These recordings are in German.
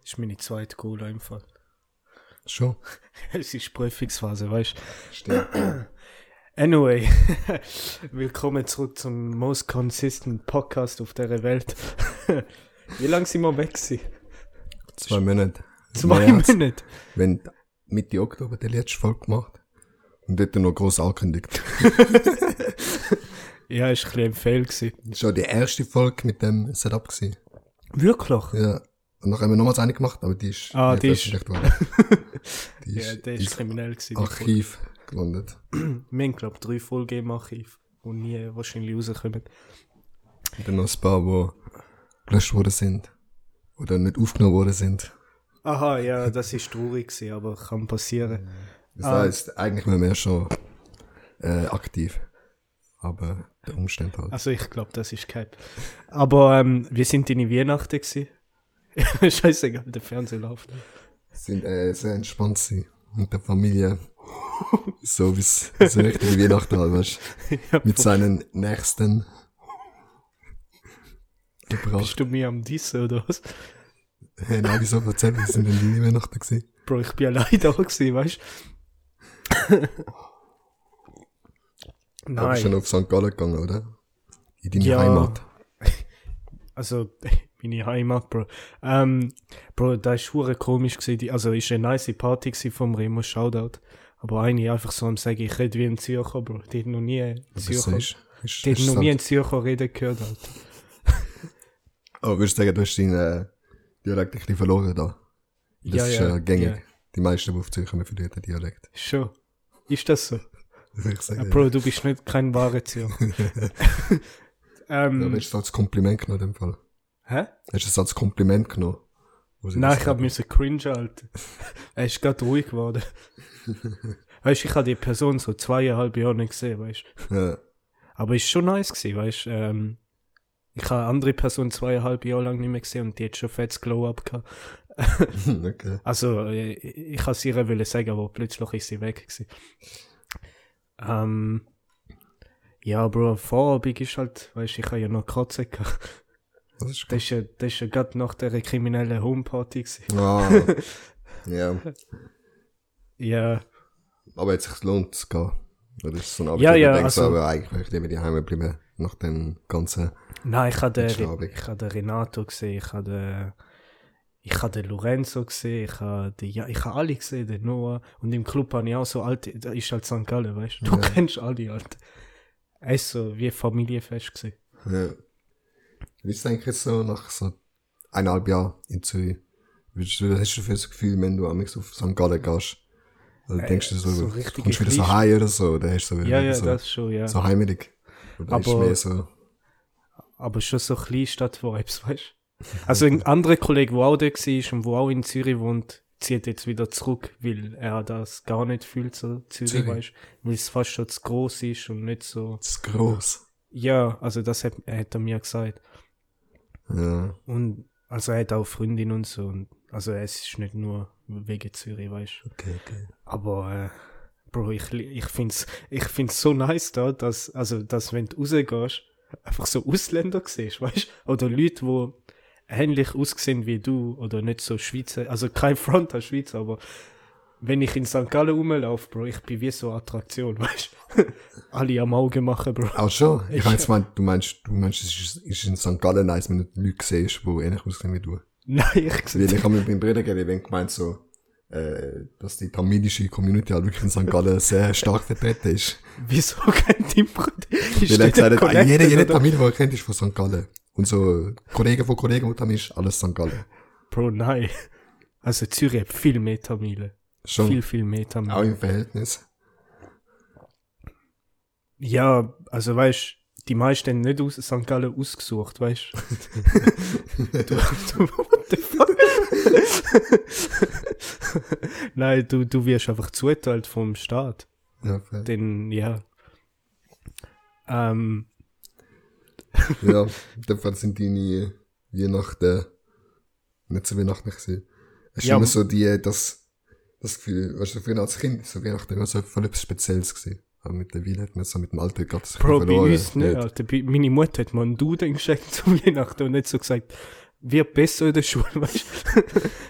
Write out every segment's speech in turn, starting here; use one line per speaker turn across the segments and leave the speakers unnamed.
Das ist meine zweite Cola im Fall.
Schon.
Es ist Prüfungsphase, weißt du?
Stimmt.
Anyway, willkommen zurück zum most consistent Podcast auf der Welt. Wie lange sind wir weg? gewesen?
Zwei Monate.
Zwei
Mehr als-
Monate.
Wenn Mitte Oktober die letzte Folge gemacht und dort noch groß angekündigt.
Ja, ist ein bisschen ein Fail gewesen.
Schon die erste Folge mit dem Setup gewesen.
Wirklich?
Ja. Und dann haben wir nochmals eine gemacht, aber die ist
Ah, die ist-
veröffentlicht worden. die ist,
Ja, der
die
ist
ist
kriminell gewesen. die Folge.
Archiv gelandet.
Wir haben, glaube ich, drei Folgen im Archiv, die nie wahrscheinlich rauskommen.
Und dann noch ein paar, die gelöscht worden sind. Oder nicht aufgenommen worden sind.
Aha, ja, das ist traurig gewesen, aber kann passieren.
Das
Ah.
heisst, eigentlich wären wir schon äh, aktiv. Aber der Umstand halt.
Also ich glaube, das ist kein. Aber ähm, wie sind deine Weihnachten gewesen? Scheißegal, der Fernseher läuft.
sind äh, sehr entspannt sie mit der Familie. so wie es so richtig wie Weihnachten halt, weißt
Ja,
du? Mit seinen Nächsten. Gebracht.
Bist du mir am Dissen oder was?
Hey, nein, wieso erzähl mir, sind denn die Weihnachten gewesen?
Bro, ich bin allein da gewesen, weißt du?
Du bist schon
Nein,
auf St. Gallen gegangen, oder? In deine
Ja.
Heimat.
also meine Heimat, Bro. Ähm, Bro, da ist hure komisch gewesen. die- Also ist eine nice Party gewesen vom Remo, Shoutout. Aber eine einfach so am sagen, ich rede wie ein Zürcher, Bro. Die hat noch nie ein
Aber so
Zürcher,
ist- ist-
die hat
ist
noch nie
so.
ein Zürcher reden gehört. Alter.
Aber Oh, würdest du sagen, du hast deinen äh, Dialekt ein bisschen verloren da? Das
Ja,
ist
ja,
äh, gängig.
ja.
Die meisten, die auf Zürich kommen, verlieren den Dialekt.
Schon. Ist das so?
Würde ich sagen.
Bro, du bist nicht kein wahrer Zürcher.
Ja,
ähm,
aber hast du es als Kompliment genommen, in dem Fall?
hä?
Hast du es als Kompliment genommen? Wo sie
Nein,
das
ich hab
sagen?
müssen cringe halten. er ist grad ruhig geworden. weißt du, ich hab die Person so zweieinhalb Jahre nicht gesehen, weißt du.
Ja.
Aber ist schon nice gewesen, weißt du. Ähm, ich hab andere Person zweieinhalb Jahre lang nicht mehr gesehen und die hat schon fettes Glow-Up gehabt.
okay.
Also, äh, ich kann sie ihr wollen sagen, aber plötzlich ist sie weg gewesen. Ähm, ja, Bro, am Vorabend ist halt, weißt du, ich hab ja noch Katze gehabt.
Das ist gut.
Das ist ja, das ist ja grad nach der kriminellen Homeparty gewesen.
Ah, ja.
Ja.
Aber jetzt es lohnt es gehen. Oder ist es so ein Abend,
Ja,
wo
ja,
du denkst,
also-
aber eigentlich möchte ich lieber daheim bleiben nach dem ganzen.
Nein, ich habe
Letzten
den,
Abend.
ich habe den Renato gesehen, ich habe den, ich habe den Lorenzo gesehen, ich habe den, ja, ich habe alle gesehen, den Noah. Und im Club habe ich auch so alte, da ist halt St. Gallen, weißt du? Du
Ja.
kennst alle, Alter. Es ist so wie ein Familienfest gewesen.
Ja. Wie du eigentlich so nach so eineinhalb Jahren in Zürich? Würdest du- Was hast du für ein Gefühl, wenn du am liebsten auf St. Gallen gehst? Oder denkst du so,
Äh, so
du
richtige
kommst wieder so
Klisch-
heim oder so? Oder hast du wieder
Ja, ja,
so,
das schon, ja.
also so heimelig? Oder ist
Aber-
mehr so,
Aber schon so kleine Stadt-Vibes, weißt du? Also ein anderer Kollege, der auch da war und der auch in Zürich wohnt, zieht jetzt wieder zurück, weil er das gar nicht fühlt, so Zürich,
Zürich.
weißt du? Weil es fast schon zu gross ist und nicht so...
das ist gross.
Ja, also das hat, hat er mir gesagt.
Ja.
Und also er hat auch Freundin und so. Und, also es ist nicht nur wegen Zürich, weißt du.
Okay, okay.
Aber äh, Bro, ich, li- ich finde es ich find's so nice da, dass, also, dass wenn du rausgehst, einfach so Ausländer siehst, weißt du? Oder Leute, die ähnlich aussehen wie du oder nicht so Schweizer, also kein Front an Schweizer, aber wenn ich in St. Gallen rumlaufe, Bro, ich bin wie so eine Attraktion, weißt du? Alle am Auge machen, Bro.
Auch schon? Ich habe jetzt gemeint, du meinst, du meinst, es ist, ist in St. Gallen nice, wenn du Leute siehst, die ähnlich aussehen wie du.
Nein, ich
Weil ich habe mit meinem Bruder geredet, wenn gemeint so, äh, dass die tamilische Community halt wirklich in St. Gallen sehr stark vertreten ist.
Wieso kein Teambrot?
Weil er gesagt hat, ah, jeder, jeder Tamil, den er kennt, ist von St. Gallen. Und so, Kollegen von Kollegen, die Tamil ist, alles St. Gallen.
Bro, nein. Also Zürich hat viel mehr Tamile.
Schon.
Viel, viel mehr
Auch
Tamile.
im Verhältnis.
Ja, also weißt die meisten haben nicht aus St. Gallen ausgesucht, weißt du? du, what the fuck? nein, du, du wirst einfach zuteilt vom Staat.
Ja, fair.
Denn, ja. Ähm,
ja, in dem Fall sind deine Weihnachten nicht so weihnachtlich gewesen. Es ist
Ja.
immer so die, das, das Gefühl, weißt du, früher als Kind ist so Weihnachten immer so voll etwas Spezielles gewesen. Aber mittlerweile hat man so mit dem Alter gerade so
ne? Bro, bei uns nicht, Alter. Bei- Meine Mutter hat mir einen Duden geschenkt zum Weihnachten und nicht so gesagt, wird besser in der Schule, weißt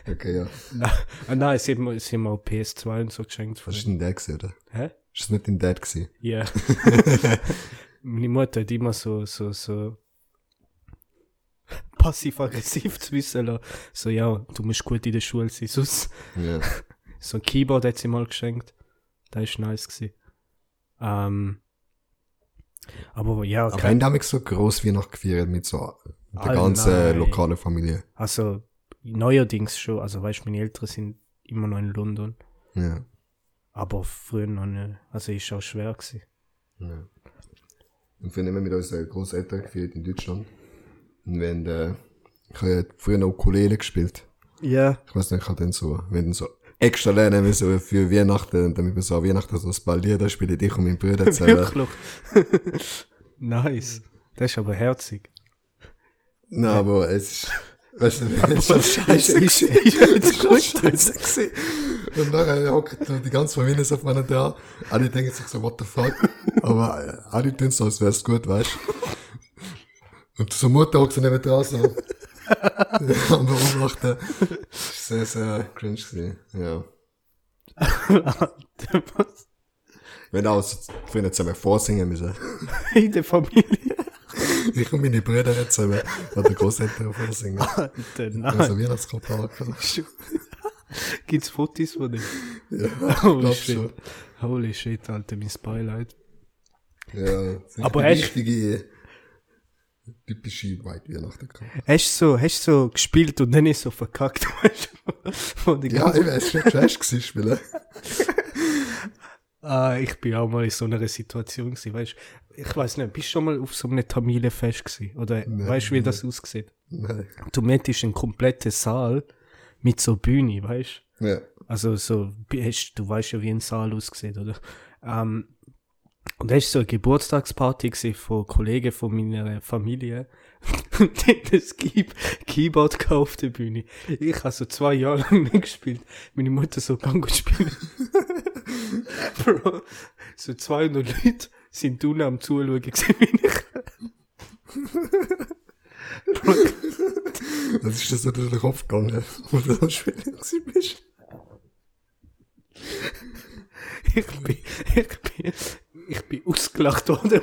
Okay, ja.
du? Ah, nein, es hat mir, es hat mir auch PS2 und so geschenkt. Von.
Das ist dein Dad gewesen, oder?
Hä?
Ist das nicht dein Dad gewesen?
Ja. Meine Mutter hat immer so, so, so passiv-aggressiv zu wissen lassen. So, ja, du musst gut in der Schule sein, sonst.
Ja.
So ein Keyboard hat sie mal geschenkt. Das war nice. Gewesen. Ähm, aber ja,
Aber
kein-
haben damals so gross wie noch gefeiert mit so mit der
Ah,
ganzen
nein.
lokalen Familie.
also neuerdings schon. Also weißt du, meine Eltern sind immer noch in London.
Ja.
Aber früher noch nicht. Also ist auch schwer gewesen.
ja. Und wir haben immer mit unseren Großeltern gefeiert in Deutschland. Und wir haben, äh, ich habe ja früher noch Ukulele gespielt.
Ja.
Ich weiß nicht, ich habe dann so, wir haben so extra lernen müssen für Weihnachten, damit wir so an Weihnachten so ein paar Lieder spielen, ich und mein Bruder zusammen.
Wirklich. nice. Das ist aber herzig.
Nein, aber es ist. Weißt du, es ist
Scheiße,
scheiße.
ich- ich-
Es ist schon scheiße. gewesen. Und nachher hockt die ganze Familie so auf meiner da. Alle denken sich so, what the fuck? Aber äh, alle tun so, als wär's gut, weißt du? Und so Mutter hockt so neben dran so. Am Beobachten. Ist Sehr, sehr cringe gewesen. Ja.
Was?
Wenn auch, so- wir haben zusammen vorsingen müssen.
In der Familie.
Ich und meine Brüder jetzt zusammen, oder Großeltern vorsingen.
Alter,
Also
Ah, nein.
Weihnachtskontrolle.
Gibt's Fotos von dem?
Ja,
Holy
glaub
shit.
schon.
Holy shit, Alter, mein Spoiler.
Ja,
Aber
die
hast-
richtige typische White Weihnachten gehabt.
Hast du so, hast du so gespielt und dann ist so verkackt, weißt du? Von der
Ja,
ganzen-
ich weiß schon, du hast gesehen spielen.
Ah, ich bin auch mal in so einer Situation gewesen, weißt du? Ich weiß nicht, bist du schon mal auf so einem Tamilefest gewesen? Oder
Nein.
weißt du, wie das aussieht?
Nein.
Du meintest einen kompletten Saal mit so Bühne, weißt du?
Ja.
Also so, hast, du weißt ja, wie ein Saal aussieht, oder? Ähm, und das war so eine Geburtstagsparty gewesen von Kollegen von meiner Familie. Und die haben das Key Keyboard gehabt auf der Bühne. Ich habe so zwei Jahre lang nicht gespielt. Meine Mutter so gang und spielen. Bro, so 200 Leute sind unten am Zuschauen gewesen, wie ich.
Das ist das so durch den Kopf gegangen, wo du am Spielen gewesen bist.
Ich bin, ich bin, ich bin ausgelacht worden.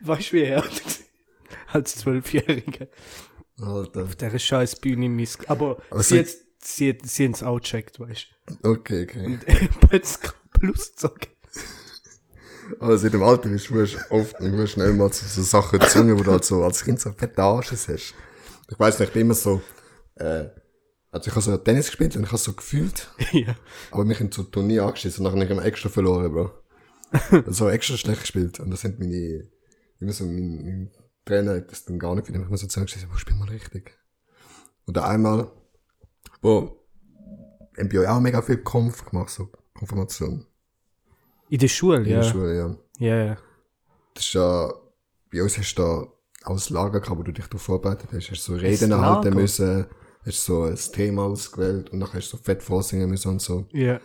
weißt du, wie er als Zwölfjähriger
Alter.
auf dieser scheiß Bühne misst. Aber
Aber
sie,
so-
hat, sie, hat- sie haben es auch gecheckt, weißt du.
Okay, okay.
Und ich habe jetzt keinen Plus zu sagen.
Aber seit Also, dem Alter bist du schon oft du wirst schnell mal zu so Sachen gezwungen, wo du halt so als Kind so fette Arsches hast. Ich weiß nicht, ich bin immer so, äh, also ich habe so Tennis gespielt und ich habe so gefühlt,
ja.
Aber mich haben zu Turnier angeschissen und nachher habe ich immer extra verloren, Bro. Also extra schlecht gespielt. Und das sind meine, immer so, mein, mein Trainer hat das dann gar nicht gefunden. Ich habe so zusammengeschissen, wo spielen wir richtig? Oder einmal, wo, im Bio auch mega viel Kampf gemacht, so Konfirmation.
In der Schule,
In
ja.
der Schule, ja.
Ja, ja.
Das ist ja, bei uns hast du da auch ein Lager gehabt, wo du dich darauf vorbereitet hast. Hast so Reden
Lager?
halten müssen, hast so ein Thema ausgewählt und nachher hast du so fett vorsingen müssen und so.
Ja.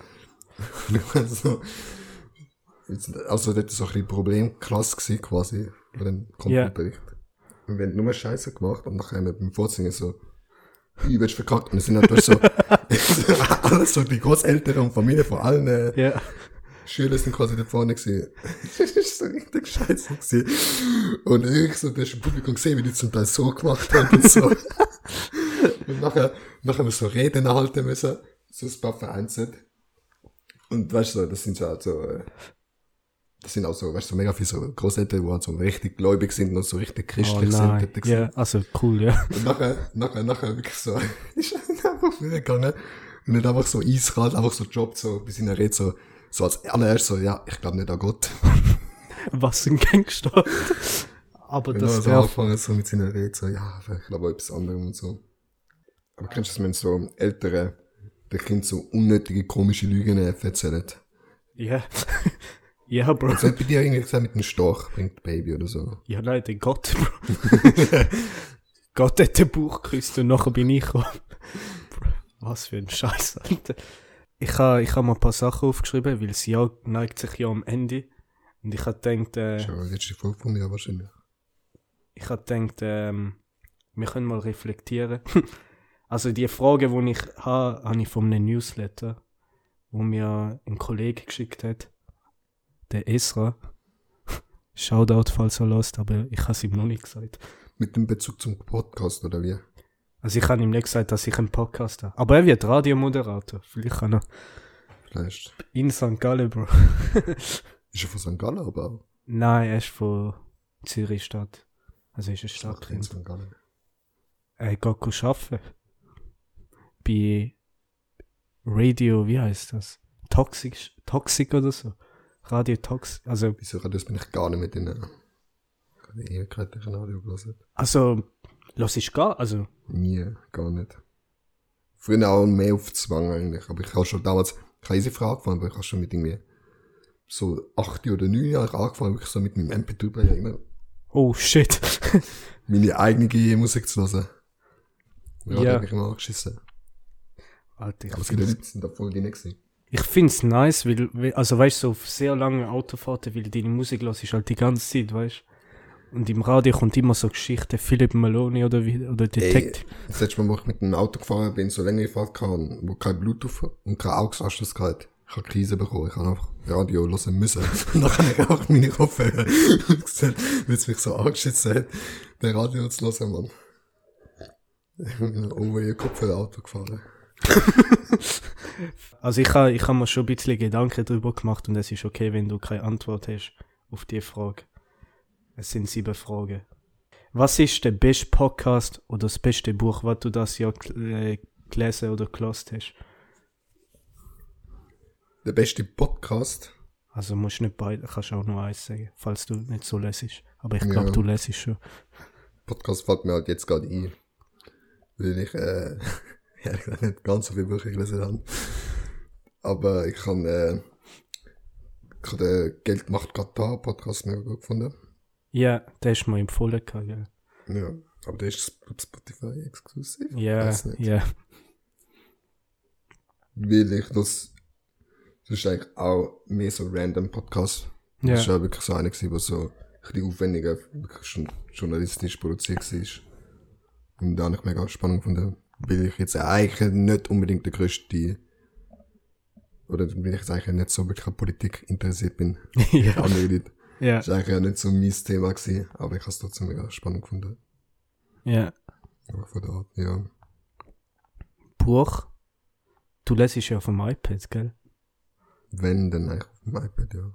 also, jetzt- also dort so ein bisschen Problemklasse gewesen, quasi, von dem Computerunterricht. Und wir haben nur Scheiße gemacht und nachher haben wir beim Vorsingen so, übelst verkackt. Und wir sind natürlich so, alles so die Großeltern und Familie von allen äh,
Ja.
Schüler sind quasi da vorne gewesen. Das ist so richtig scheiße gewesen. Und ich so, du hast im Publikum gesehen, wie die zum Teil so gemacht haben und so. und nachher, nachher haben wir so Reden halten müssen, so ein paar vereinzelt. Und weißt du, so, das sind so halt so, äh, das sind auch so, weißt du, so mega viele so Großeltern, die halt so richtig gläubig sind und so richtig
Oh
christlich sind.
nein.
dort gewesen.
Ja, also cool, ja.
Und nachher, nachher, nachher wirklich so, ist einfach gegangen und nicht einfach so eiskalt, einfach so jobbt, so bis in der Rede, so, so als allererst so, ja, ich glaube nicht an Gott.
Was ein Gangster. Aber
Und dann
das darf.
Genau so angefangen, so mit seiner Rede, so, ja, aber ich glaube an etwas anderem und so. Aber kennst du das, wenn so Ältere den Kind so unnötige, komische Lügen erzählen?
Ja. ja, Bro.
So hat bei dir irgendwie gesagt, mit dem Storch bringt Baby oder so.
Ja, nein, der Gott, Bro. Gott hat den Bauch geküsst und nachher bin ich gekommen. Bro, Was für ein Scheiß, Alter. Ich habe ich ha mal ein paar Sachen aufgeschrieben, weil das Jahr neigt sich ja am Ende. Und ich habe gedacht, äh,
Schau, jetzt die letzte Folge von mir wahrscheinlich.
ich habe gedacht, ähm, wir können mal reflektieren. also die Frage, die ich habe, habe ich von einem Newsletter, wo mir ein Kollege geschickt hat, der Esra. Shoutout, falls er lost, aber ich habe es ihm noch nicht gesagt.
Mit dem Bezug zum Podcast, oder wie?
Also ich habe ihm nicht gesagt, dass ich einen Podcast habe. Aber er wird Radiomoderator. Vielleicht kann er
Vielleicht.
in St. Gallen, Bro.
Ist er von St. Gallen, aber auch.
Nein, er ist von Zürich Stadt. Also ist ein
in
Stadtkind.
St. Gallen.
Er geht go arbeiten. Bei Radio, wie heißt das? Toxic, Toxic oder so. Radio Toxic. Also,
Wieso kann das bin ich gar nicht mit in der in der Ewigkeit durch ein Radio gelesen?
also, lass ich gar, also,
Nie, gar nicht. Früher auch mehr auf Zwang eigentlich, aber ich habe schon damals, ich habe diese Frage angefangen, aber ich habe schon mit irgendwie so 8 oder 9 Jahren angefangen, wirklich so mit meinem MP3-Player immer
oh shit.
meine eigene Musik zu hören. Ja,
Ja.
da habe ich immer angeschissen.
Alter, ich
Aber es gibt ja
find's-
Leute, die sind da voll die nächste.
Ich find's nice, weil, weil- also weißt du, so auf sehr lange Autofahrten, weil deine Musik hörst ist halt die ganze Zeit, weißt du? Und im Radio kommt immer so Geschichten, Philip Maloney oder wie, oder Detective.
Das letzte Mal, wo ich mit einem Auto gefahren bin, so länger gefahren kann, wo kein Bluetooth und kein AUX-Anschluss hatte, ich habe Krise bekommen. Ich habe einfach Radio hören müssen. Und dann habe ich auch meine Kopfhörer und gesehen, weil es mich so angeschissen hat, den Radio zu hören, Mann. Ich bin mit einem Over Kopfhörer Auto gefahren.
Also ich habe ich ha mir schon ein bisschen Gedanken darüber gemacht und es ist okay, wenn du keine Antwort hast auf die Frage. Es sind sieben Fragen. Was ist der beste Podcast oder das beste Buch, was du das Jahr gel- äh, gelesen oder gelost hast?
Der beste Podcast.
Also musst nicht beide, kannst auch nur eins sagen, falls du nicht so lässt. Aber ich glaube,
Ja.
du lässt schon.
Podcast fällt mir halt jetzt gerade ein. Weil ich, äh, ehrlich gesagt nicht ganz so viele Bücher gelesen habe. Aber ich kann, äh, ich habe den Geld macht Katar Podcast mega gut gefunden.
Ja, der ist mir empfohlen, gehabt, gell?
Ja. Aber der ist auf Spotify exklusiv.
Ja,
Weiss nicht.
ja.
Weil ich das, das ist eigentlich auch mehr so random Podcast.
Ja.
Das ist auch wirklich so einer gewesen, der so ein bisschen aufwendiger, wirklich schon journalistisch produziert war. Und da habe ich mega spannend gefunden, weil ich jetzt eigentlich nicht unbedingt der größte, oder weil ich jetzt eigentlich nicht so wirklich an Politik interessiert bin.
Ja.
Andere Leute.
Ja,
Das war eigentlich auch nicht so mein Thema gewesen, aber ich habe es trotzdem mega spannend gefunden.
ja.
Aber von der Art, ja.
Buch. Du lässt ja auf dem iPad, gell?
Wenn, dann eigentlich auf dem iPad, ja.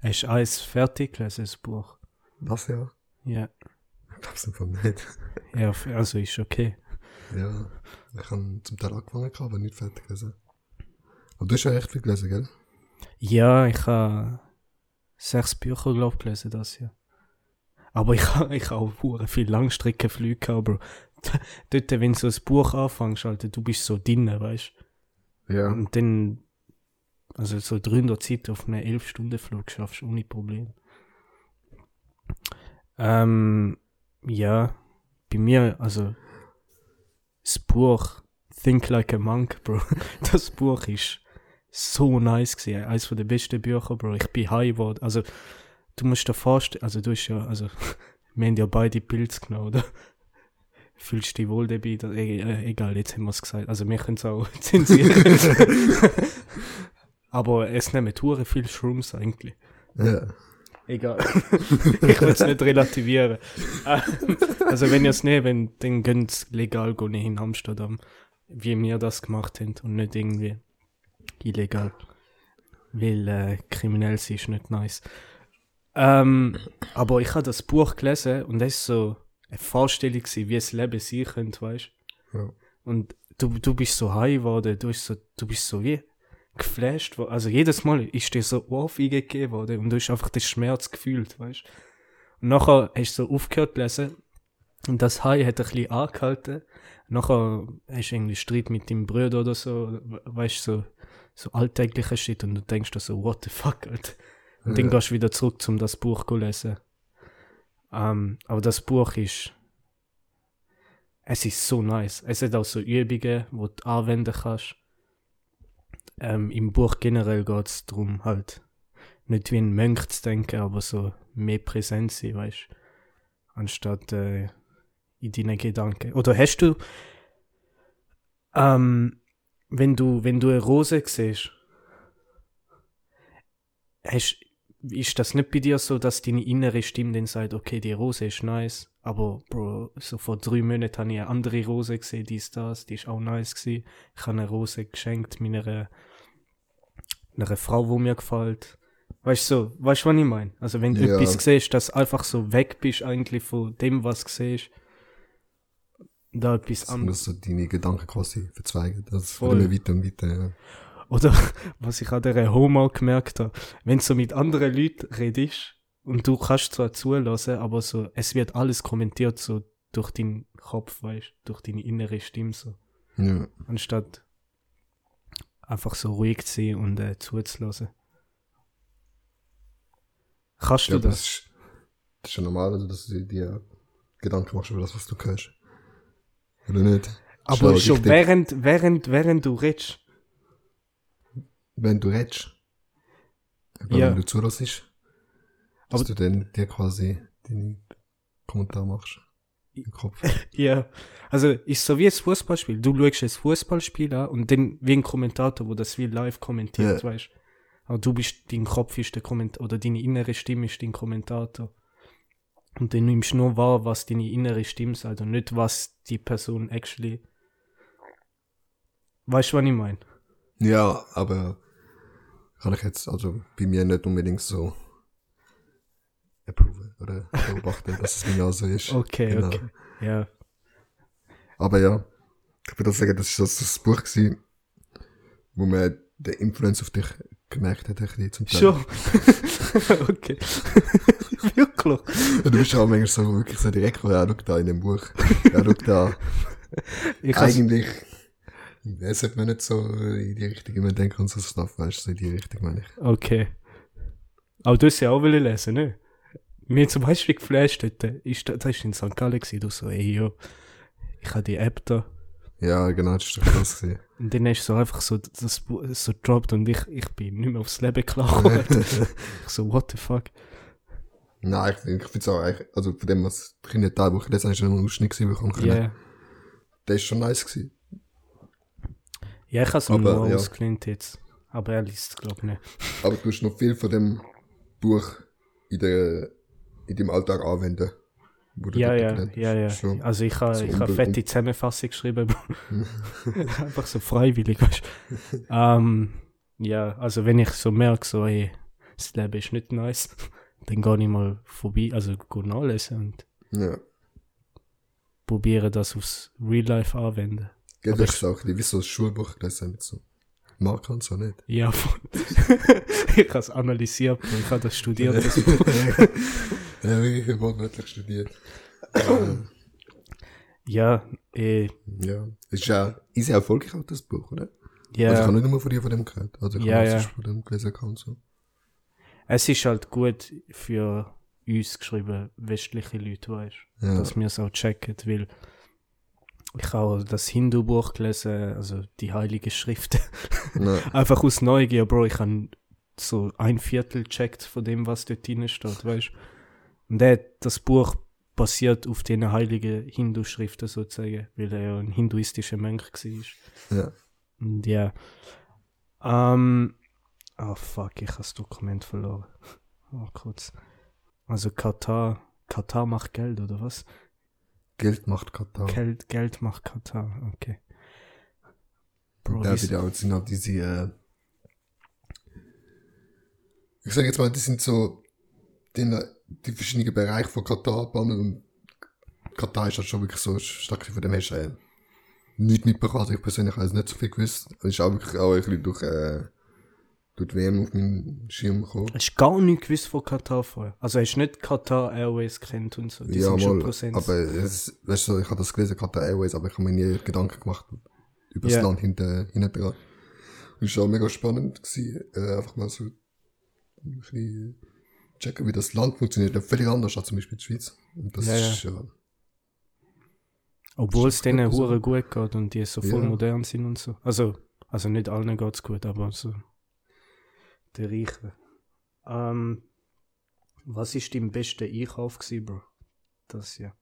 Hast du alles fertig gelesen, das Buch?
Das ja.
Ja.
Ich glaube es einfach nicht.
Ja, f- also ist okay.
Ja, ich habe zum Teil angefangen, aber nicht fertig gelesen. Aber du hast ja recht viel gelesen, gell?
Ja, ich habe sechs Bücher, glaube ich, gelesen das Jahr. Aber ich habe ich ha auch hure viel Langstreckenflüge gehabt, Bro. Dort, wenn du so ein Buch anfängst, Alter, du bist so drin, weißt
Ja.
Und dann, also so 300 Seiten auf einem 11-Stunden-Flug schaffst, ohne Problem. Ähm, ja, bei mir, also, das Buch Think Like a Monk, Bro, das Buch ist so nice gewesen. Eines der besten Bücher, Bro. Ich bin high geworden. Also, du musst dir vorstellen, also du hast ja, also, wir haben ja beide Pilze genommen, oder? Fühlst du dich wohl dabei? Da- e- e- Egal, jetzt haben wir es gesagt. Also, wir können es auch zensieren. Aber es nehmen Touren viel Shrooms eigentlich. Ähm,
Ja.
Egal. ich will es nicht relativieren. Äh, also wenn ihr es nehmt, wenn- dann könnt es legal gehen in Amsterdam. Wie wir das gemacht haben und nicht irgendwie illegal. Weil äh, kriminell sein ist nicht nice. Ähm, aber ich habe das Buch gelesen und es war so eine Vorstellung, gewesen, wie es Leben sein könnte, weißt
Ja.
Und du, du bist so high geworden, du bist so, du bist so wie geflasht worden. Also jedes Mal ist dir so aufgegeben worden und du hast einfach den Schmerz gefühlt, weißt Und nachher hast du so aufgehört zu lesen und das High hat ein bisschen angehalten. Nachher hast du irgendwie Streit mit deinem Bruder oder so, we- weißt du, so, so alltäglicher Shit und du denkst dir so, what the fuck, Alter. Und dann gehst du wieder zurück, um das Buch zu lesen. Ähm, aber das Buch ist. Es ist so nice. Es hat auch so Übungen, die du anwenden kannst. Ähm, Im Buch generell geht es darum, halt nicht wie ein Mönch zu denken, aber so mehr präsent sein, weißt du? Anstatt äh, in deinen Gedanken? Oder hast du, ähm, wenn du, wenn du eine Rose siehst, hast, ist das nicht bei dir so, dass deine innere Stimme dann sagt, okay, die Rose ist nice, aber Bro, so vor drei Monaten habe ich eine andere Rose gesehen, die ist das, die ist auch nice gewesen. Ich habe eine Rose geschenkt meiner, einer Frau, wo mir gefällt. Weißt du, so, weißt du, was ich meine? Also, wenn du
Ja.
etwas siehst, dass einfach so weg bist eigentlich von dem, was du siehst, da etwas
Das
anderes.
muss so deine Gedanken quasi verzweigen. Das wird
Voll.
immer weiter und weiter, ja.
Oder was ich an dieser Homo gemerkt habe, wenn du so mit anderen Leuten redest und du kannst zwar zulassen, aber so, es wird alles kommentiert so durch deinen Kopf, weißt durch deine innere Stimme so.
Ja.
Anstatt einfach so ruhig zu sein und äh, zuzulassen. Kannst
ja
du
aber das
das?
ist, das ist ja normal, also, dass du dir Gedanken machst über das, was du hörst. Oder nicht? Das ist
Aber
ja
schon
richtig,
während, während, während du redest.
Wenn du redest. Aber
Ja.
Wenn du zulässt. Dass
Aber-
du dann dir quasi deine Kommentare machst. Im Kopf.
Ja, also ist so wie ein Fußballspiel. Du schaust ein Fußballspiel an und dann wie ein Kommentator, wo das wie live kommentiert, weißt Aber du bist, dein Kopf ist der Kommentator, oder deine innere Stimme ist dein Kommentator. Und dann nimmst du nur wahr, was deine innere Stimme sagt und nicht, was die Person actually. Weißt du, was ich meine?
Ja, aber kann ich jetzt also bei mir nicht unbedingt so approven oder beobachten, dass es genau so ist.
Okay,
Genau.
okay. Ja.
Aber ja, ich würde auch sagen, das war das, das Buch, gewesen, wo man den Influence auf dich gemerkt hat, ein bisschen zum Teil.
Schon. okay. Wirklich.
Und du bist auch manchmal so wirklich so direkt, gekommen, ja, schau da in dem Buch, ja, schau da.
Ich has-
Eigentlich, das sollte man nicht so in die Richtung immer denken und so Stuff, weißt du, so in die Richtung meine ich.
Okay. Aber du hast ja auch wollen lesen, ne? Mir zum Beispiel geflasht dort, ist, das war in St. Gallen, gewesen, du so, ey, yo, ich habe die App da.
Ja, genau, das war doch das. gewesen.
Und dann hast du so einfach so, das, Bu- so droppt und ich, ich bin nicht mehr aufs Leben klargekommen. ich so, what the fuck?
Nein, ich, ich finde es auch eigentlich, also von dem, was ich in den Teilbuch gelesen habe, ist noch ein Ausschnitt gewesen, wo ich
Ja,
können. Der ist schon nice gewesen.
ja ich habe es mir
Aber,
nur
ja.
ausgelehnt jetzt. Aber er liest es, glaube ich, nicht.
Aber du musst noch viel von dem Buch in, der, in deinem Alltag anwenden. wo du
Ja,
dort
ja,
gelernt
ja, ja.
hast. Schon.
Also ich habe
so
ich habe
unbe-
fette Zusammenfassung geschrieben, Bro. Einfach so freiwillig, weißt du. Ähm, ja, also wenn ich so merke, so, ey, das Leben ist nicht nice, dann gehe ich mal vorbei, also gehe nachlesen und
ja.
probiere das aufs Real Life anwenden.
Gell, du hast es auch ein bisschen wie so ein Schulbuch gelesen mit so Marker und so nicht.
Ja, voll. ich habe es analysiert, Bro. ich habe das studiert. das Buch.
Ja, wirklich wortwörtlich studiert.
ja, eh,
ja. Ist ja, ist ja erfolgreich auch das Buch, oder? Also ich
ja.
habe nicht nur von dir von dem gehört. Also ich
Ja,
habe
ja.
sonst von dem gelesen und so.
Es ist halt gut für uns geschrieben, westliche Leute, weißt du.
Ja.
dass wir es auch checken, weil ich habe das Hindu-Buch gelesen, also die Heilige Schrift.
Nein.
Einfach aus Neugier, Bro, ich habe so ein Viertel checkt von dem, was dort drin steht, weißt Und der, das Buch basiert auf den heiligen Hindu-Schriften sozusagen, weil er ja ein hinduistischer Mönch war.
Ja.
Und ja. Ähm. Ah, fuck, ich habe das Dokument verloren. Oh, kurz. Also Katar. Katar macht Geld, oder was?
Geld macht Katar.
Geld, Geld macht Katar, okay. Bro,
Ja,
dies-
wieder auch sind auch diese, äh, ich sage jetzt mal, die sind so die, die verschiedenen Bereiche von Katar behandelt und Katar ist halt schon wirklich so stark von dem hast du, äh, nicht mitbekommen. Also ich persönlich habe jetzt nicht so viel gewusst. Es ist auch wirklich auch ein bisschen durch, äh, durch die WM auf meinen Schirm gekommen.
Hast gar nichts gewusst von Katar vorher? Also hast nicht Katar Airways kennt und so? Die
ja,
sind schon
mal,
Prozent.
aber es, weißt du, ich habe das gelesen, Qatar Airways, aber ich habe mir nie Gedanken gemacht über
Ja.
das Land hinter, hinter dran. Und es war auch mega spannend, gewesen, äh, einfach mal so ein bisschen checken, wie das Land funktioniert. Ja, völlig anders als zum Beispiel die Schweiz. Und das
Ja, ja.
ist ja,
Obwohl es
Ist das
denen
gut so?
hure gut geht und die so voll
Ja.
modern sind und so. Also, also nicht allen geht's gut, aber so. Der Reiche. Ähm, was ist dein bester Einkauf gewesen, Bro? Das ja.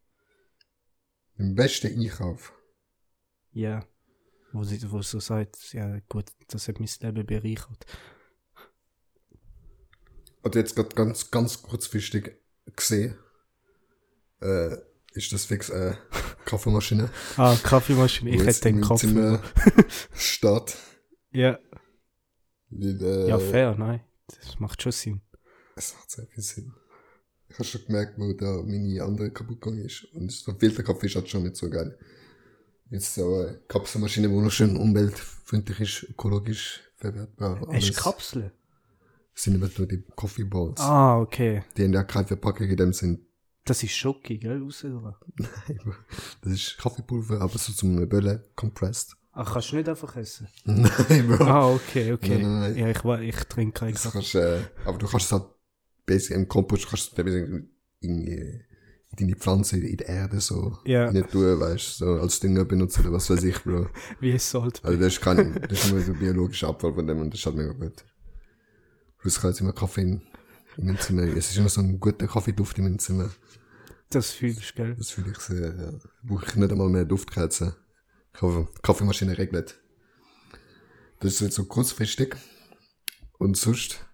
Im besten Einkauf.
Ja. Wo sie wo so sagt, ja gut, das hat mein Leben bereichert.
Und jetzt gerade ganz, ganz kurzfristig gesehen, äh, ist das fix eine Kaffeemaschine.
Ah, Kaffeemaschine, ich
wo jetzt
hätte den
im
Kaffee.
Zimmer steht.
Ja,
Weil, äh,
ja, fair, nein. Das macht schon Sinn.
Es macht sehr viel Sinn. Ich habe schon gemerkt, wo da meine andere kaputt gegangen ist. Und so ein Filterkaffee ist halt schon nicht so geil. Jetzt so eine Kapselmaschine, die noch schön umweltfreundlich ist, ökologisch verwertbar.
Hast du Kapseln?
sind immer nur die Coffee Balls.
Ah, okay.
Die haben ja keine Verpackung in dem Sinn.
Das ist Schoki, gell? Rausgegangen.
Das ist Kaffeepulver, aber so zum Böllen compressed.
Ach, Ah, kannst du nicht einfach essen?
Nein, Bro.
Ah, okay, okay.
Nein, nein, nein.
Ja, ich, wa- ich trinke keinen
Das
Kaffee.
kannst, äh, aber du kannst es halt basic im Kompost, du kannst es in, in, äh, in deine Pflanze, in die Erde so
Ja.
nicht tun, weißt du, so als Dünger benutzen oder was weiß ich, Bro.
Wie es sollte.
Also das ist kein, das ist nur so biologischer Abfall von dem und das ist halt mega gut. Plus ich habe jetzt immer Kaffee in, in meinem Zimmer. Es ist immer so ein guter Kaffeeduft in meinem Zimmer.
Das fühlst du, gell?
Das fühle ich sehr, ja. Brauche ich nicht einmal mehr Duftkerzen. Kaffee, Kaffeemaschine regnet. Das ist jetzt so kurzfristig. Und sonst,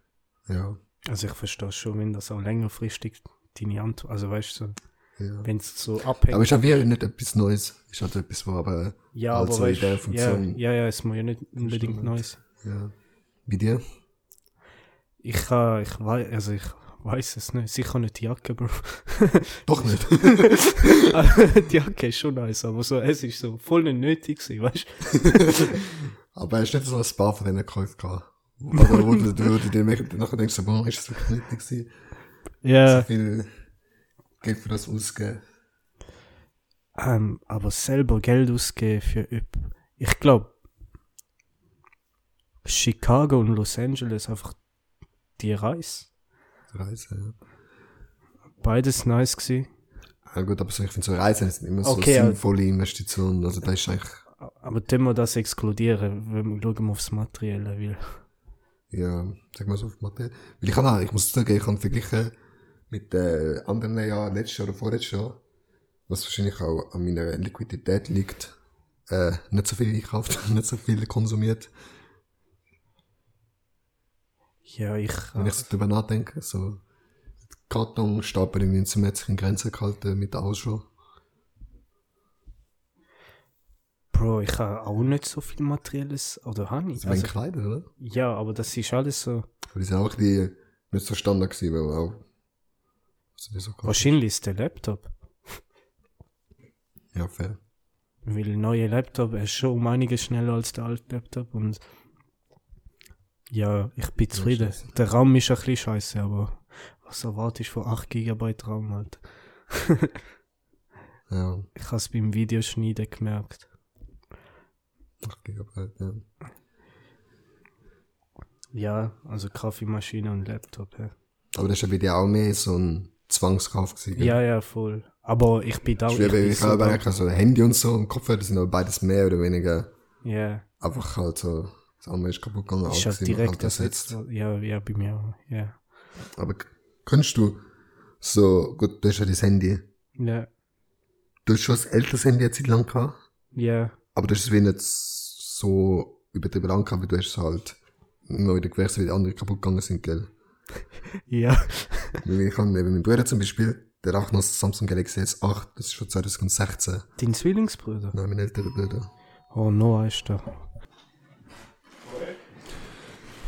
ja,
Also ich verstehe schon, wenn das auch längerfristig deine Antwort, also weißt du, so,
ja.
wenn es so abhängt.
Aber ist halt wieder nicht etwas Neues. Ist halt etwas, was aber,
ja,
also
aber weißt
in der
du, ja,
Funktion.
ja, ja, es muss ja nicht unbedingt Neues.
ja. Bei dir?
Ich kann, ich weiß, also ich weiß es nicht. Sicher nicht die Jacke, Bro.
Doch nicht.
die Jacke ist schon nice, aber so, es ist so voll nicht nötig gewesen, weißt du?
aber hast du nicht so ein paar von denen gekauft gehabt? Oder wo du, wo du dir nachher denkst, boah, ist das wirklich nötig gewesen? So
Ja.
viel Geld für das ausgeben.
Ähm, aber selber Geld ausgeben für üb. Ich glaube, Chicago und Los Angeles einfach die Reise.
Reise, ja.
Beides nice gewesen.
Ja gut, aber so, ich finde so Reisen sind immer
Okay,
so
also-
sinnvolle Investitionen. Also da ist eigentlich,
Aber dann wir das exkludieren, wenn wir schauen aufs Materielle, weil
ja, sag mal so, auf Mathe. Weil ich kann auch, ich muss sagen, ich kann vergleichen mit äh, anderen Jahren, letztes Jahr oder vorletztes Jahr, was wahrscheinlich auch an meiner Liquidität liegt. Äh, nicht so viel gekauft, nicht so viel konsumiert.
ja, ich. äh,
Wenn ich so drüber nachdenke, so Kartonstapel in meinem Zimmer hat sich in Grenzen gehalten mit der Ausschau.
Bro, ich habe auch nicht so viel Materielles, oder habe ich?
Also, also
Also,
Kleider, oder?
ja, aber das ist alles so.
Aber die sind auch die nicht so Standard gewesen, weil auch... Also die so
Wahrscheinlich ist der Laptop.
ja, fair.
Weil der neue Laptop ist schon um einiges schneller als der alte Laptop und ja, ich bin zufrieden.
scheiße.
Der RAM ist ein bisschen scheiße, aber was erwartest du von 8 GB RAM halt?
Ja.
Ich habe es beim Videoschneiden gemerkt.
8 Gigabyte, ja.
Ja, also Kaffeemaschine und Laptop, ja.
Aber das war bei dir auch mehr so ein Zwangskauf gewesen. gell?
Ja, ja, voll. Aber ich bin da.
Ich, ich,
bin
ich
so
habe
da-
eigentlich so ein Handy und so und Kopfhörer, das sind aber beides mehr oder weniger
Ja,
einfach halt so. Das andere ist kaputt gegangen,
ist
alles
halt
gewesen,
direkt
halt
ersetzt. Ja, ja, bei mir auch. Ja.
Aber k- kannst du so, gut, du hast ja das Handy.
Ja,
Du hast schon das älteres Handy eine Zeit lang gehabt,
ja,
aber du hast es wenig so übertrieben lang gehabt, weil du hast es halt immer wieder gewechselt, weil die anderen kaputt gegangen sind, gell?
ja.
Weil ich habe mit meinem Bruder zum Beispiel, der hat auch noch das Samsung Galaxy S8, das ist schon 2016.
Dein Zwillingsbruder?
Nein, mein älterer Bruder.
Oh, Noah ist da.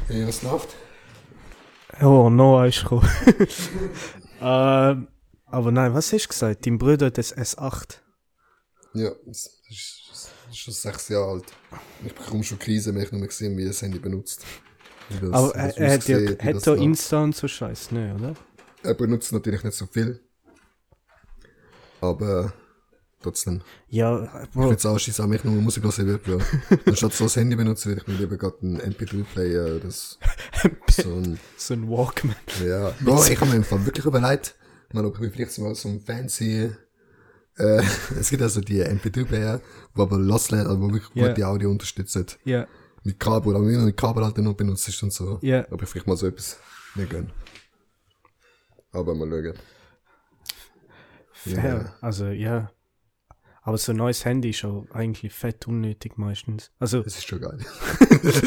Hey, was läuft?
Oh, Noah ist gekommen. ähm, aber nein, was hast du gesagt? Dein Bruder hat das S8.
Ja, das ist, das ist schon sechs Jahre alt. Ich bekomme schon Krise, wenn ich nur mehr sehe, wie das Handy benutzt. Wie das-
aber äh,
wie
er, er hat,
das
ja,
aussieht, wie das
hat da
läuft.
Insta und so Scheiß, ne, oder?
Er benutzt natürlich nicht so viel. Aber äh, trotzdem.
Ja,
Ich
Bro,
würde sagen, scheiße, wenn ich nur Musik hören würde, Bro. Anstatt so das Handy benutzen, würde ich mir lieber gerade einen MP3-Player oder so- so ein...
so ein Walkman.
Ja. Bro, ich habe mir im Fall wirklich überlegt, mal, ob ich mir vielleicht so mal so ein fancy, äh, es gibt also die MP3-Player, die aber losladen, aber wirklich
Ja.
gute Audio unterstützen.
Ja,
Mit Kabel, aber wenn du Kabel halt noch benutzt und so.
Ja.
Ob ich vielleicht mal so etwas nicht gönne. Aber mal schauen.
fair. Also, ja. Aber so ein neues Handy ist auch eigentlich fett unnötig meistens. Also,
Das ist schon geil. das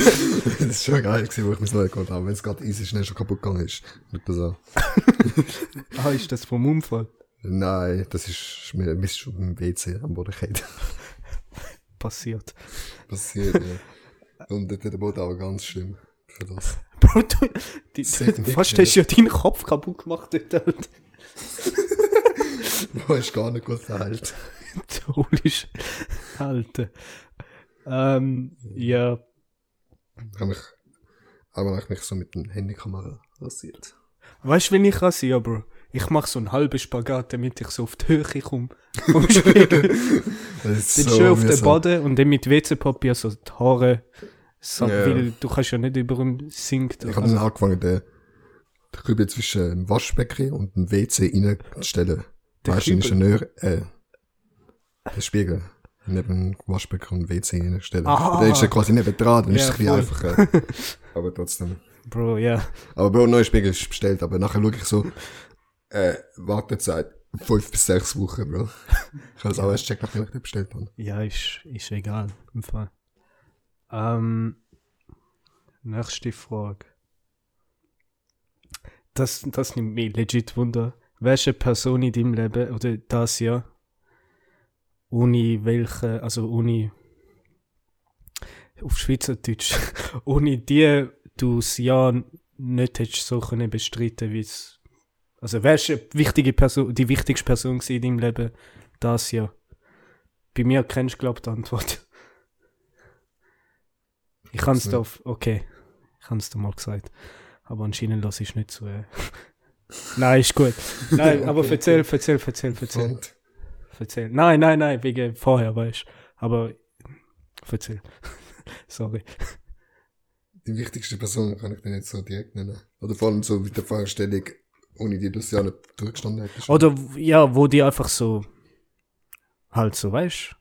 ist schon geil gewesen, wo ich mein neues geholt habe. Wenn es gerade easy schnell schon kaputt gegangen ist. Nicht so.
ah, ist das vom Unfall?
Nein, das ist mir Mist schon im WC am Boden gefallen.
Passiert.
Passiert, ja. Und dort hat der Boden aber ganz schlimm für das.
Bro, du, die,
Safe nicht,
fast hast du ja deinen Kopf kaputt gemacht dort. Alter.
Boah, ist gar nicht gut verheilt.
Holy Alter. Ähm, ja.
Ich habe mich, aber ich mich so mit dem Handykamera rasiert.
Weißt du, wenn ich rasiere, Bro? Ich mache so einen halben Spagat, damit ich so auf die Höhe komme. Vom Spiegel.
Das ist
Dann schön auf den
mühsam.
Boden und dann mit WC-Papier so die Haare. So,
Ja.
Weil du kannst ja nicht über ihm sinken.
Ich habe dann angefangen, den, den Kübel zwischen dem Waschbecken und dem WC reinzustellen.
Der
Weißt du, in
Kübel?
Ingenieur, äh, der Spiegel. Neben dem Waschbecken und dem WC reinstellen.
Ah.
Da ist er quasi neben dran, dann ist es
Ja,
ein bisschen einfacher. aber trotzdem.
Bro, ja.
Aber Bro, neuer Spiegel ist bestellt, aber nachher schaue ich so, äh, Wartezeit. Fünf bis sechs Wochen, Bro. Ich habe das auch erst checkt, nachdem ich den bestellt habe.
Ja, ist, ist egal. Im Fall. Ähm, nächste Frage. Das, das nimmt mich legit Wunder. Welche Person in deinem Leben oder das Jahr, ohne welche, also ohne, auf Schweizerdeutsch, ohne die du das Jahr nicht hättest so können bestreiten, wie es, also welche wichtige Person, die wichtigste Person gewesen in deinem Leben das Jahr? Bei mir kennst du, glaube ich, die Antwort. Ich kann es dir auf. Okay. Ich habe es dir mal gesagt. Aber anscheinend lasse ich nicht zu. Äh. nein, ist gut. Nein, aber
Okay,
erzähl, erzähl, erzähl, erzähl,
Und
erzähl. Nein, nein, nein, wegen vorher, weißt du. Aber erzähl. Sorry.
die wichtigste Person kann ich dir nicht so direkt nennen. Oder vor allem so mit der Fragestellung, ohne die du es ja nicht durchgestanden hättest.
Oder w- ja, wo die einfach so. Halt so, weißt du?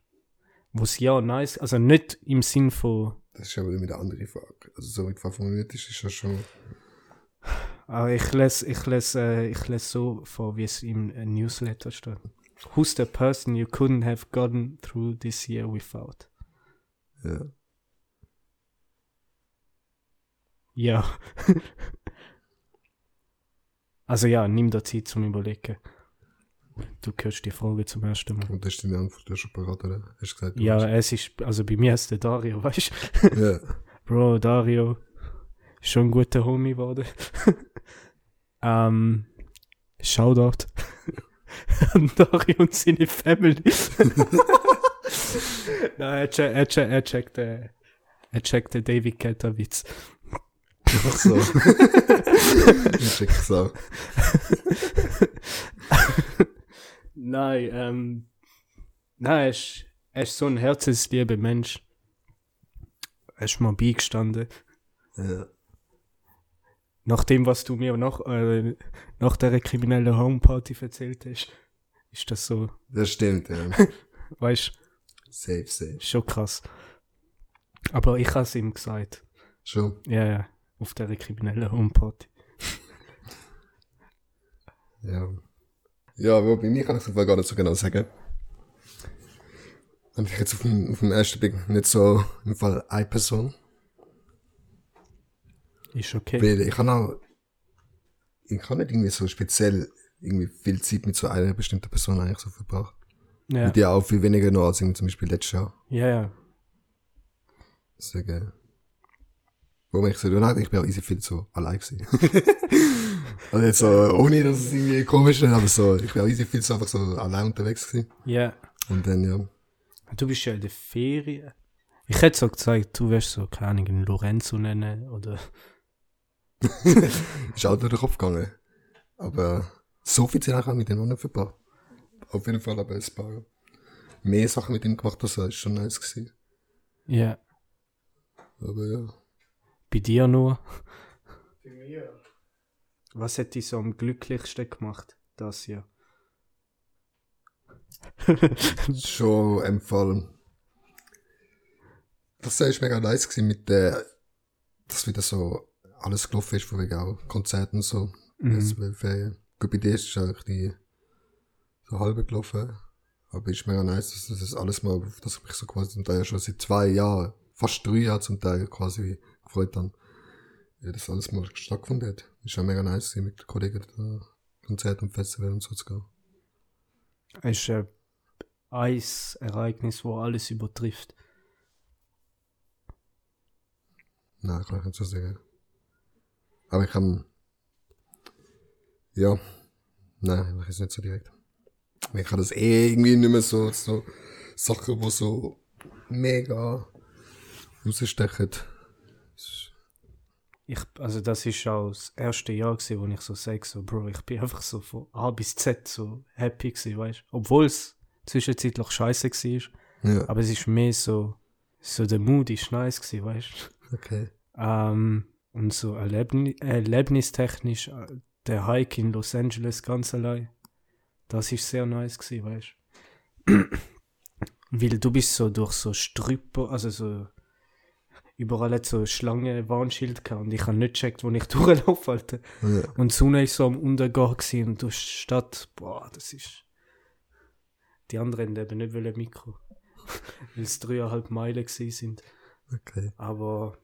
Wo es ja nice. Also nicht im Sinn von.
Das ist aber wieder eine andere Frage. Also so wie die Frage formuliert ist, ist ja schon...
Ah, ich lese ich les, äh, ich les so vor, wie es im äh, Newsletter steht. Who's the person you couldn't have gotten through this year without?
Ja.
Ja. also ja, nimm dir Zeit zum Überlegen. Du hörst die Frage zum ersten Mal.
Und das ist deine Antwort ja schon parat, oder? Hast du gesagt? du
Ja,
hast-
es ist, also bei mir ist der Dario, weißt du?
ja.
Bro, Dario ist schon ein guter Homie geworden. ähm, Shoutout an Dario und seine Family. Nein, er, che er, che er checkt äh, er checkt den David Ketter Witz.
Ach so. ich check es auch.
Nein, ähm, nein, er ist, er ist so ein herzenslieber Mensch. Er ist mal beigestanden.
Ja.
Nach dem, was du mir nach, äh, nach dieser kriminellen Homeparty erzählt hast, ist das so,
Das stimmt, ja.
weißt
Safe, safe.
Schon krass. Aber ich habe es ihm gesagt.
Schon.
Ja, ja. Auf dieser kriminellen Homeparty.
Ja. Ja, wobei mir kann ich es auf jeden Fall gar nicht so genau sagen. Habe ich jetzt auf dem, auf dem ersten Blick nicht so im Fall eine Person.
Ist okay.
Weil ich kann auch, ich kann nicht irgendwie so speziell irgendwie viel Zeit mit so einer bestimmten Person eigentlich so verbracht.
Ja,
Mit dir auch viel weniger noch als irgendwie zum Beispiel letztes Jahr.
ja. ja.
Deswegen. Wo mich so hat, ich bin auch easy viel so allein gewesen. also jetzt so, ohne dass es irgendwie komisch ist, aber so, ich bin auch easy viel so einfach so allein unterwegs gewesen.
ja.
Und dann, ja.
Du bist ja in der Ferien. Ich hätte so gesagt, du wärst so, keine Ahnung, einen Lorenzo nennen oder.
Ist auch durch den Kopf gegangen. Aber so viel Zeit habe ich mit dem noch nicht verbracht. Auf jeden Fall aber ein paar mehr Sachen mit ihm gemacht, das war schon nice gewesen.
Ja.
Aber ja.
Bei dir nur. Bei mir. Was hätte dich so am glücklichsten gemacht, das Jahr?
Schon im Fall. Das war mega nice gewesen mit der, dass wieder so alles gelaufen ist, von wegen auch Konzerten und so.
Mhm.
Jetzt bei den Ferien. Gut, bei dir ist es auch ein bisschen so halb gelaufen. Aber ist mega nice, dass das alles mal, auf das mich so quasi zum Teil schon seit zwei Jahren, fast drei Jahren zum Teil quasi gefreut habe, ja, das alles mal stattgefunden hat. Ist ja mega nice, mit Kollegen da Konzert und Festival und so zu gehen.
Es ist äh, ein Ereignis, wo alles übertrifft.
Nein, kann ich nicht so sagen. Aber ich kann, ja, nein, mach ich es nicht so direkt. Ich kann das eh irgendwie nicht mehr so, so Sachen, die so mega rausstechen. Das ist-
Ich, also das ist auch das erste Jahr gewesen, wo ich so sage, so, Bro, ich bin einfach so von A bis Z so happy gewesen, weißt? Obwohl es zwischenzeitlich scheiße war,
Ja,
aber es ist mehr so, so der Mood ist nice gewesen, weißt?
okay.
Ähm, und so erlebni erlebnistechnisch, äh, der Hike in Los Angeles ganz allein, das ist sehr nice gewesen, weißt? Weil du bist so durch so Strüpper, also so überall hat so Schlangen, Warnschild gehabt und ich habe nicht gecheckt, wo ich durchlaufe, Alter.
Ja.
Und die Sonne ist so am Untergang gewesen und durch die Stadt, boah, das ist... Die anderen haben eben nicht wollen Mikro, weil es dreieinhalb Meilen gewesen sind.
Okay.
Aber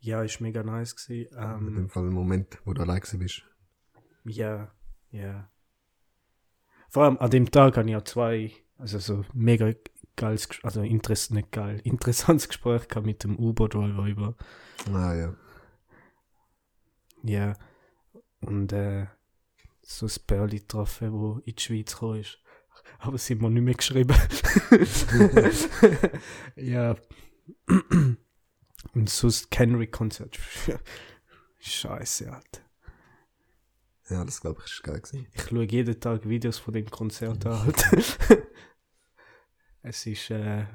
ja, ist mega nice gewesen.
In
Ähm,
dem Fall ein Moment, wo du allein gewesen bist.
ja, ja. Vor allem an dem Tag habe ich ja zwei, also so mega geiles, Ges- also interess nicht geil, interessantes Gespräch gehabt mit dem Uber-Driver über.
Ah ja.
Ja. Und äh, so ein Bärli getroffen, wo in die Schweiz gekommen ist. Aber sie haben mir nicht mehr geschrieben. ja. Und so das Kenrick-Konzert. Scheiße, Alter.
Ja, das glaube ich ist geil gewesen.
Ich schaue jeden Tag Videos von dem Konzert an, Alter. es ist äh,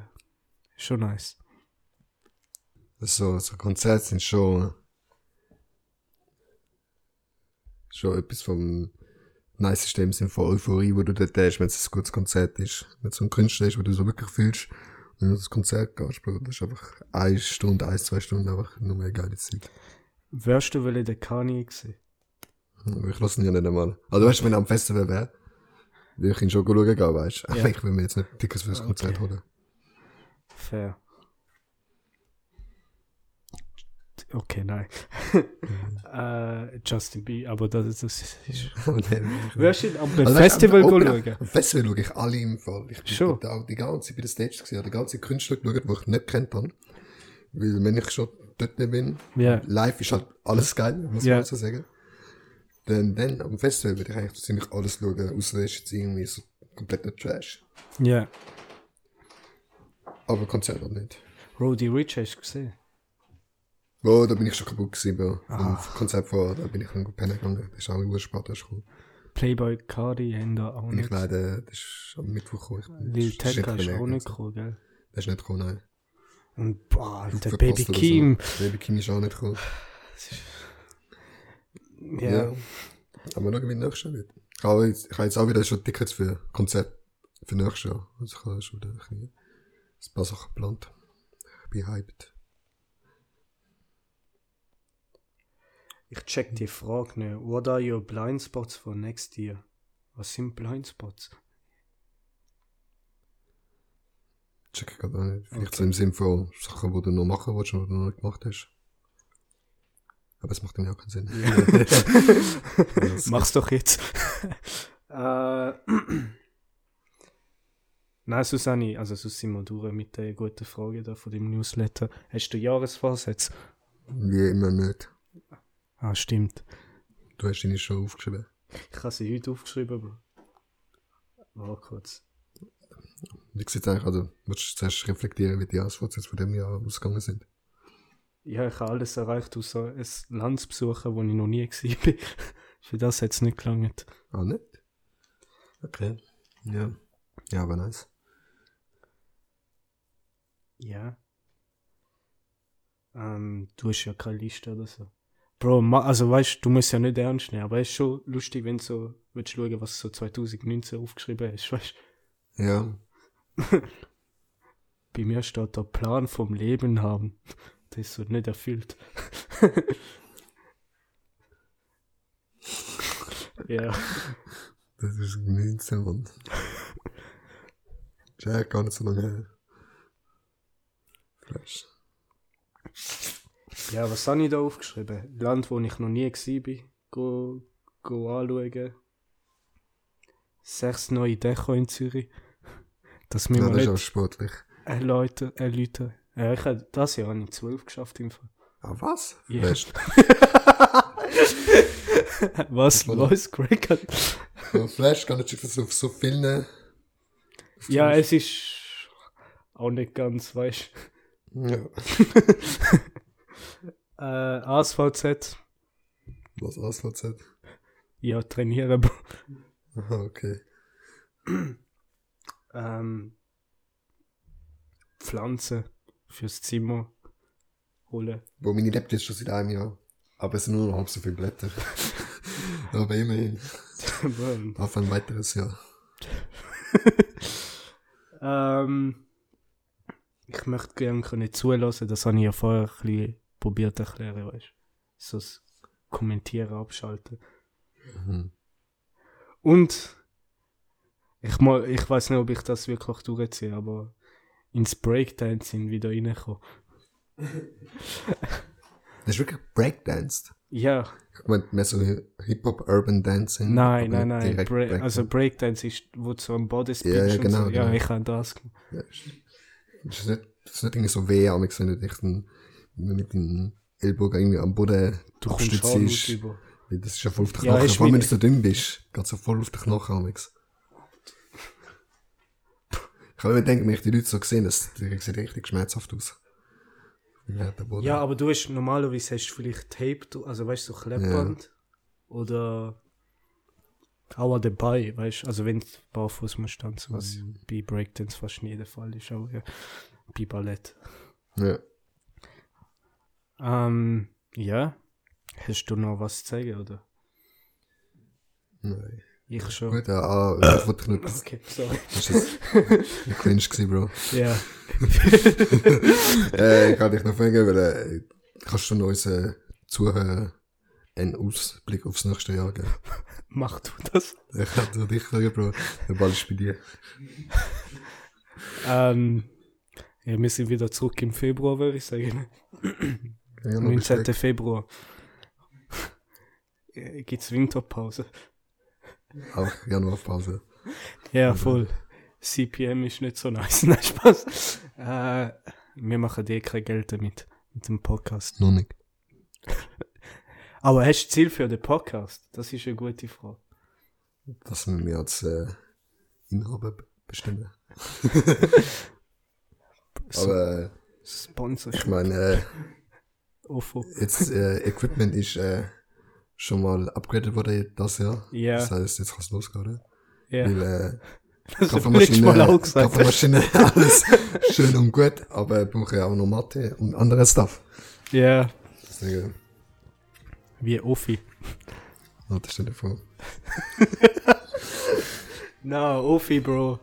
schon nice.
So, so Konzerte sind schon, schon etwas vom nicesten im Sinne von Euphorie, wo du dort hast, wenn es ein gutes Konzert ist. Wenn es so ein Künstler ist, wo du so wirklich fühlst, wenn du ins Konzert gehst, Bro, das ist einfach eine Stunde, ein, zwei Stunden einfach nur mehr geile Zeit.
Wärst du wohl der Kanye gewesen?
Aber ich lasse ihn ja nicht einmal. Also weißt du, wenn er am Festival wäre, würde ich ihn schon schauen gehen, weißt du.
Ja.
Aber ich will mir jetzt nicht Tickets für das
Okay.
Konzert holen.
Fair. Okay, nein.
Mhm.
äh, Justin Bieber, aber das ist. Das ist
Oh,
Wer steht am
Also weißt du,
Festival
am Open-
schauen?
Am Festival schaue ich alle im Fall. Ich bin
Schon?
sure. auch die ganze bei der Stage gewesen, habe die ganze Künstler geschaut, die ich nicht kennt habe. Weil wenn ich schon dort nicht bin,
Ja.
live ist halt alles geil, muss
Ja.
man so sagen. Dann, dann am Festival würde ich eigentlich ziemlich alles schauen, außer es ist jetzt irgendwie so kompletter Trash.
Ja.
Aber Konzert auch nicht.
Roddy Rich hast du gesehen.
Oh, da bin ich schon kaputt gewesen, Bro.
Ah.
Am Konzert vor, da bin ich dann gut pennen gegangen. Das ist auch immer spät, das ist cool.
Playboy Cardi haben da auch
Bin
nicht.
ich leider, das ist am Mittwoch gekommen. Ich bin-
Lil
das ist nicht
Tecca ist auch
gegangen.
nicht gekommen, gell?
Das ist nicht gekommen, nein.
Und boah, der
verpasst
Baby
oder so.
Kim.
Baby Kim ist auch nicht cool.
Ja.
Aber noch im nächsten Jahr wieder. Ich habe jetzt, ich habe jetzt auch wieder schon Tickets für Konzert für nächstes Jahr. Also ich habe schon wieder ein, bisschen- ein paar Sachen geplant. Ich bin hyped.
Ich check die Frage nicht. What are your blind spots for next year? Was sind blind spots?
Check ich gerade auch nicht. Vielleicht so im Sinn von Sachen, die du noch machen willst, die du noch nicht gemacht hast. Aber es macht dann ja auch keinen Sinn. Das-
Mach's doch jetzt. äh, Nein, Susanne, also sonst sind wir durch mit der guten Frage da von dem Newsletter. Hast du Jahresvorsätze?
Wie immer nicht.
Ah, stimmt.
Du hast ihn schon aufgeschrieben.
Ich habe sie heute aufgeschrieben, Bro. War kurz.
Wie sieht eigentlich, also, willst du zuerst reflektieren, wie die Jahresvorsätze von dem Jahr ausgegangen sind?
Ja, ich habe alles erreicht, außer ein Land zu besuchen, wo ich noch nie war. Für das hat es nicht gelangt.
Ah, nicht? Okay. Ja. Ja, aber nice.
Ja. Ähm, du hast ja keine Liste oder so. Bro, ma, also weißt du, musst ja nicht ernst nehmen, aber es ist schon lustig, wenn du so, willst schauen, was du so 2019 aufgeschrieben hast, weißt du?
Ja.
Bei mir steht der Plan vom Leben haben. Das wird nicht erfüllt. ja.
Das ist 19, Mann. ist ja gar nicht so lange her. Flash.
Ja, was habe ich da aufgeschrieben? Land, wo ich noch nie war. Go, go anschauen. Sechs neue Dächer in Zürich. Dass wir
Ja,
mal
das ist
nicht
auch sportlich.
erläutern, erläutern. Ja, ich habe das Jahr habe ich zwölf geschafft im Fall.
Ah, was?
Ja.
Flash.
Was
war das?
los, Greg? Hat...
Ja, Flash kann natürlich so- ne? auf so vielen.
Ja, es ist auch nicht ganz, weißt
Ja.
du. Äh, ASVZ,
Was ASVZ?
ja, trainieren. Bro.
halt. Aha, okay.
Ähm, Pflanzen fürs Zimmer holen.
Wo meine lebt jetzt schon seit einem Jahr. Aber es sind nur noch halb so viele Blätter. Aber immerhin.
Bro.
Auf ein weiteres Jahr.
ähm, ich möchte gerne können zulassen, das habe ich ja vorher ein bisschen probiert zu erklären, weißt du. So das Kommentieren abschalten.
Mhm.
Und ich, mal, ich weiß nicht, ob ich das wirklich durchziehe, aber ins Breakdance sind wieder reingekommen.
Das ist wirklich breakdanced.
Ja,
Ich meine, mehr so Hip-Hop, Urban Dancing.
nein,
Mhm. aber
nein,
nicht
nein.
direkt
Bre
Breakdance.
also Breakdance ist, wo du so am Body speechst
Ja, ja,
und
genau,
so. Ja,
genau.
ich habe das gemacht.
Ja, ist, ist nicht, ist nicht irgendwie so weh, Amix, wenn du dich dann mit dem Ellbogen irgendwie am Boden
Du kommst schon
abstützt.
gut über.
Weil Das ist ja voll auf den
Ja,
Knochen.
ist
Vor allem, wenn
meine-
du so dünn bist, geht so voll auf den Knochen, Amix. Ich habe immer gedacht, wenn ich die Leute so sehe, das das sieht richtig schmerzhaft aus. Ja, der Boden.
Ja, aber du hast normalerweise hast du vielleicht Tape, dr- also weißt du, so Kleppband oder auch an den Beinen, weißt du, also wenn du barfuß musst tanzen, was
Mhm.
bei Breakdance fast nie der Fall ist, aber ja, bei Ballett.
Ja.
Ähm, ja, hast du noch was zu sagen, oder?
Nein.
Ich schon.
Gut, ja, ah, ich wollte nur etwas.
Okay, sorry.
Das war ein Cringe, gewesen, Bro.
Ja,
äh, kann ich noch fragen, weil, äh, kannst du noch unseren Zuhörern einen Ausblick aufs nächste Jahr geben?
mach du das.
Ich hab nur dich fragen, Bro. Der Ball ist bei dir.
Ähm, ja, wir sind wieder zurück im Februar, würde ich sagen.
Ja, noch
19.
Respekt.
Februar. Äh, Gibt's Winterpause?
Auch Januarpause. Mhm.
Ja, voll. CPM ist nicht so nice. Nein, Spaß. Äh, wir machen eh kein Geld damit, mit dem Podcast.
Noch nicht.
Aber hast du Ziel für den Podcast? Das ist eine gute Frage.
Dass wir mir als äh, Inhaber b- bestimmen.
So,
Aber äh,
Sponsor,
ich meine, äh,
Ofo.
jetzt äh, Equipment ist äh, schon mal upgraded worden das Jahr.
Ja.
Das heißt, jetzt kann es losgehen, oder?
Ja,
Weil, äh,
das hab ich letztes Mal
Kaffeemaschine,
auch gesagt.
Kaffeemaschine, alles schön und gut, aber ich brauche ja auch noch Mathe und anderen Stuff.
Ja,
Deswegen,
wie Offi.
Mathe steht davor.
Na, Offi, Bro.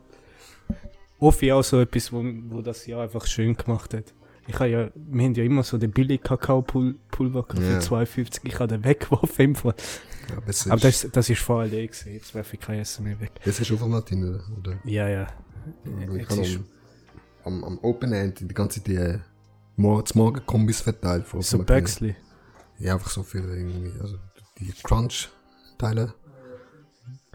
Offi auch so etwas, wo, wo das Jahr einfach schön gemacht hat. Ich habe ja, wir haben ja immer so den billigen Kakaopulver gehabt
Ja.
für 2,50. Ich habe den weggeworfen im Fall.
Ja, aber es
Aber
ist,
das, ist- das ist vor allem der gewesen. Jetzt werfe ich kein Essen mehr weg.
es ist auf dem Martin, oder? oder?
Ja, ja.
Ich
Jetzt
habe
ist
am, am, am Open End die ganze äh, Zeit die Morgens-Morgen-Kombis verteilt. von
so
Open Martin.
Bexley.
Ja, einfach so für irgendwie, also die Crunch-Teile.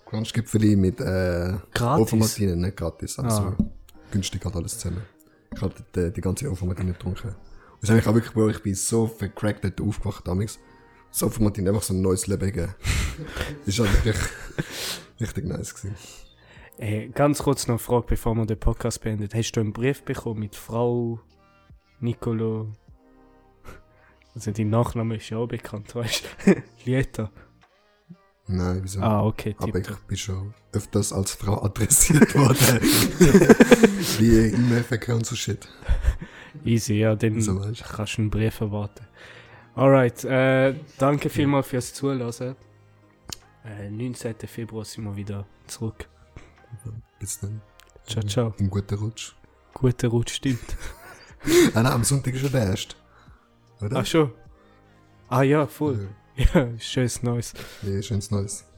Crunch-Gipfeli mit äh,
Gratis?
Ofenmartinen, nicht gratis, aber
Ah.
so günstig halt alles zusammen. Ich habe die, die ganze Ofenmartine getrunken. Und das habe ich auch wirklich, Bro, ich bin so vercrackt dort aufgewacht damals. Das Ofenmartin einfach so ein neues Leben gegeben. ist halt wirklich richtig nice gewesen.
Ey, Äh, ganz kurz noch eine Frage, bevor wir den Podcast beendet. Hast du einen Brief bekommen mit Frau Nicolo? Also dein Nachname ist ja auch bekannt, weißt du? Lieta.
Nein, wieso?
Ah, okay,
Aber ich
tipptopp.
bin schon öfters als Frau adressiert worden. Wie immer verkehr und so shit.
Easy, ja, dann
So weißt
kannst du einen Brief erwarten. Alright, äh, danke vielmals fürs Zuhören. Äh, 19. Februar sind wir wieder zurück.
Bis dann.
Ciao, ciao.
Einen guten Rutsch.
Guten Rutsch, stimmt.
Ah nein, am Sonntag ist ja der erste. Oder?
Ach schon. Ah ja, voll.
Ja,
Ja, schönes Neues.
ja, schönes Neues.